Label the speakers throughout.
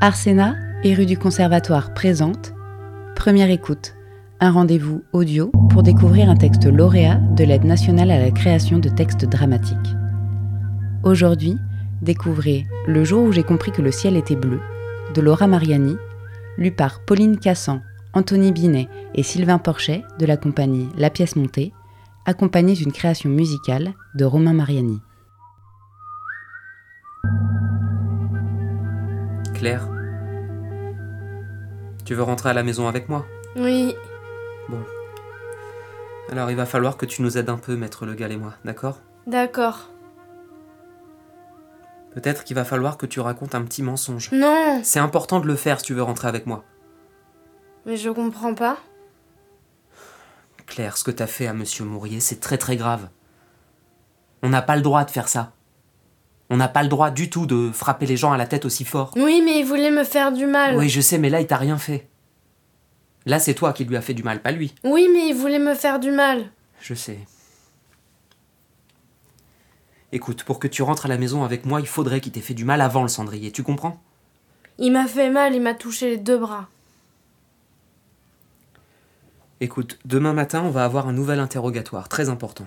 Speaker 1: Arsena et rue du Conservatoire présente Première écoute, un rendez-vous audio pour découvrir un texte lauréat de l'aide nationale à la création de textes dramatiques. Aujourd'hui, découvrez Le jour où j'ai compris que le ciel était bleu de Laura Mariani, lu par Pauline Cassan, Anthony Binet et Sylvain Porchet de la compagnie La pièce montée, accompagnée d'une création musicale de Romain Mariani.
Speaker 2: Claire, tu veux rentrer à la maison avec moi
Speaker 3: Oui,
Speaker 2: Alors il va falloir que tu nous aides un peu, maître Le Gall et moi, d'accord
Speaker 3: d'accord.
Speaker 2: Peut-être qu'il va falloir que tu racontes un petit mensonge.
Speaker 3: Non,
Speaker 2: C'est important de le faire si tu veux rentrer avec moi.
Speaker 3: mais je comprends pas.
Speaker 2: Claire, ce que t'as fait à Monsieur Mourier, c'est très très grave. On n'a pas le droit de faire ça. On n'a pas le droit du tout de frapper les gens à la tête aussi fort.
Speaker 3: Oui, mais il voulait me faire du mal.
Speaker 2: Oui, je sais, mais là, il t'a rien fait. Là, c'est toi qui lui as fait du mal, pas lui.
Speaker 3: Oui, mais il voulait me faire du mal.
Speaker 2: Je sais. Écoute, pour que tu rentres à la maison avec moi, il faudrait qu'il t'ait fait du mal avant le cendrier, tu comprends
Speaker 3: Il m'a fait mal, il m'a touché les deux bras.
Speaker 2: Écoute, demain matin, on va avoir un nouvel interrogatoire, très important.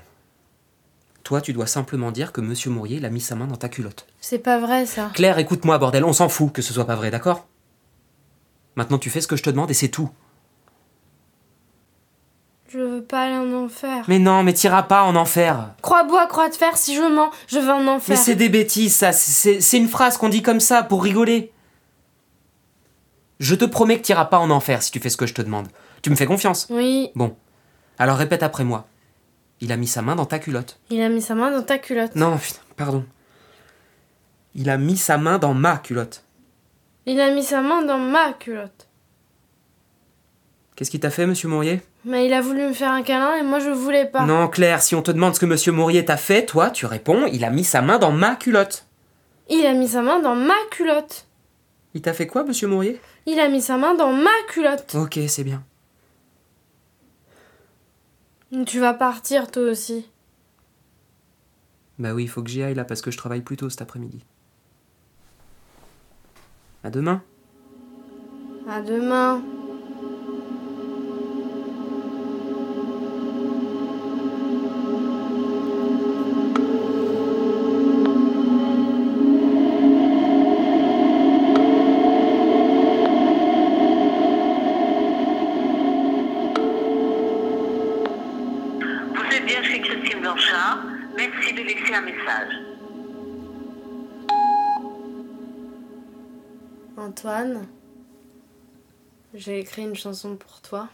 Speaker 2: Toi, tu dois simplement dire que Monsieur Mourier il a mis sa main dans ta culotte.
Speaker 3: C'est pas vrai ça.
Speaker 2: Claire, écoute-moi, bordel, on s'en fout que ce soit pas vrai, d'accord Maintenant, tu fais ce que je te demande et c'est tout.
Speaker 3: Je veux pas aller en enfer.
Speaker 2: Mais non, mais t'iras pas en enfer
Speaker 3: Crois bois, crois de fer, si je mens, je vais en
Speaker 2: Mais
Speaker 3: enfer.
Speaker 2: c'est des bêtises, ça. C'est- C'est c'est une phrase qu'on dit comme ça pour rigoler. Je te promets que t'iras pas en enfer si tu fais ce que je te demande. Tu me fais confiance.
Speaker 3: Oui,
Speaker 2: Bon. Alors répète après moi. Il a mis sa main dans ta culotte.
Speaker 3: il a mis sa main dans ta culotte.
Speaker 2: Non, putain, pardon. Il a mis sa main dans ma culotte.
Speaker 3: Il a mis sa main dans ma culotte.
Speaker 2: Qu'est-ce qu'il t'a fait, monsieur Mourier
Speaker 3: Mais il a voulu me faire un câlin et moi je voulais pas.
Speaker 2: Non, Claire, si on te demande ce que monsieur Mourier t'a fait, toi, tu réponds il a mis sa main dans ma culotte.
Speaker 3: Il a mis sa main dans ma culotte.
Speaker 2: Il t'a fait quoi, monsieur Mourier
Speaker 3: Il a mis sa main dans ma culotte.
Speaker 2: Ok, c'est bien.
Speaker 3: Tu vas partir toi aussi.
Speaker 2: Bah oui, il faut que j'y aille là parce que je travaille plus tôt cet après-midi. À demain.
Speaker 3: À demain.
Speaker 4: Vous êtes bien chez Christine Blanchard. Merci de laisser un message.
Speaker 3: Antoine, j'ai écrit une chanson pour toi.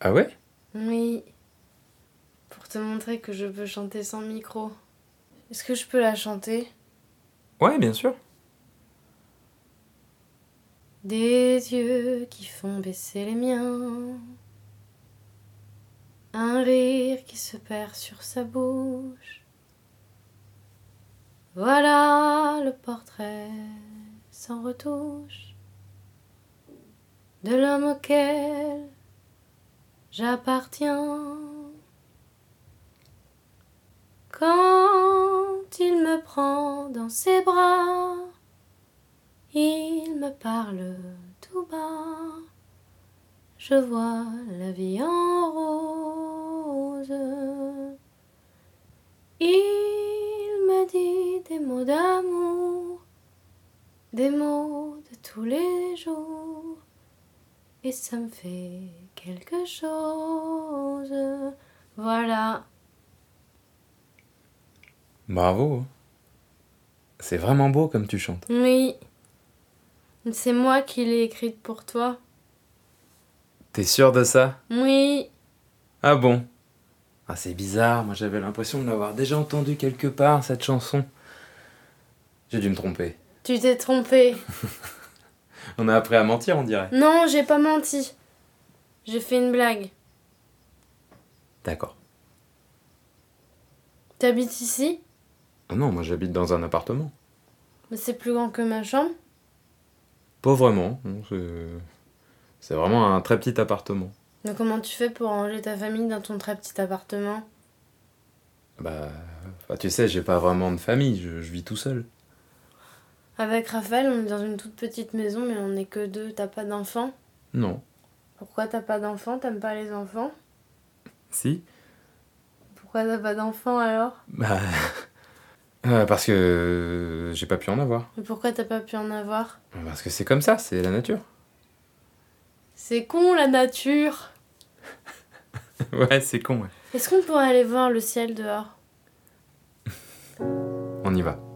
Speaker 5: Ah ouais
Speaker 3: Oui. Pour te montrer que je peux chanter sans micro. Est-ce que je peux la chanter
Speaker 5: Ouais, bien sûr.
Speaker 3: Des yeux qui font baisser les miens. Un rire qui se perd sur sa bouche. Voilà le portrait sans retouche de l'homme auquel j'appartiens. Quand il me prend dans ses bras, il me parle tout bas. Je vois la vie en rose. Il me dit des mots d'amour, des mots de tous les jours. Et ça me fait quelque chose. Voilà.
Speaker 5: Bravo. C'est vraiment beau comme tu chantes.
Speaker 3: Oui. C'est moi qui l'ai écrite pour toi.
Speaker 5: T'es sûr de ça
Speaker 3: Oui.
Speaker 5: Ah bon Ah c'est bizarre, moi j'avais l'impression de l'avoir déjà entendue quelque part, cette chanson. J'ai dû me tromper.
Speaker 3: Tu t'es trompé.
Speaker 5: On a appris à mentir, on dirait.
Speaker 3: Non, j'ai pas menti. J'ai fait une blague.
Speaker 5: D'accord.
Speaker 3: T'habites ici
Speaker 5: Oh non, moi j'habite dans un appartement.
Speaker 3: Mais c'est plus grand que ma chambre.
Speaker 5: Pauvrement. non, c'est- C'est vraiment un très petit appartement.
Speaker 3: Mais comment tu fais pour ranger ta famille dans ton très petit appartement
Speaker 5: Bah, bah, tu sais, j'ai pas vraiment de famille, je, je vis tout seul.
Speaker 3: Avec Raphaël, on est dans une toute petite maison, mais on n'est que deux. T'as pas d'enfant
Speaker 5: Non.
Speaker 3: Pourquoi t'as pas d'enfant T'aimes pas les enfants
Speaker 5: Si
Speaker 3: Pourquoi t'as pas d'enfant alors
Speaker 5: Bah. euh, parce que j'ai pas pu en avoir.
Speaker 3: Et pourquoi t'as pas pu en avoir
Speaker 5: Parce que c'est comme ça, c'est la nature.
Speaker 3: C'est con la nature
Speaker 5: ouais, c'est con, ouais.
Speaker 3: Est-ce qu'on pourrait aller voir le ciel dehors
Speaker 5: On y va.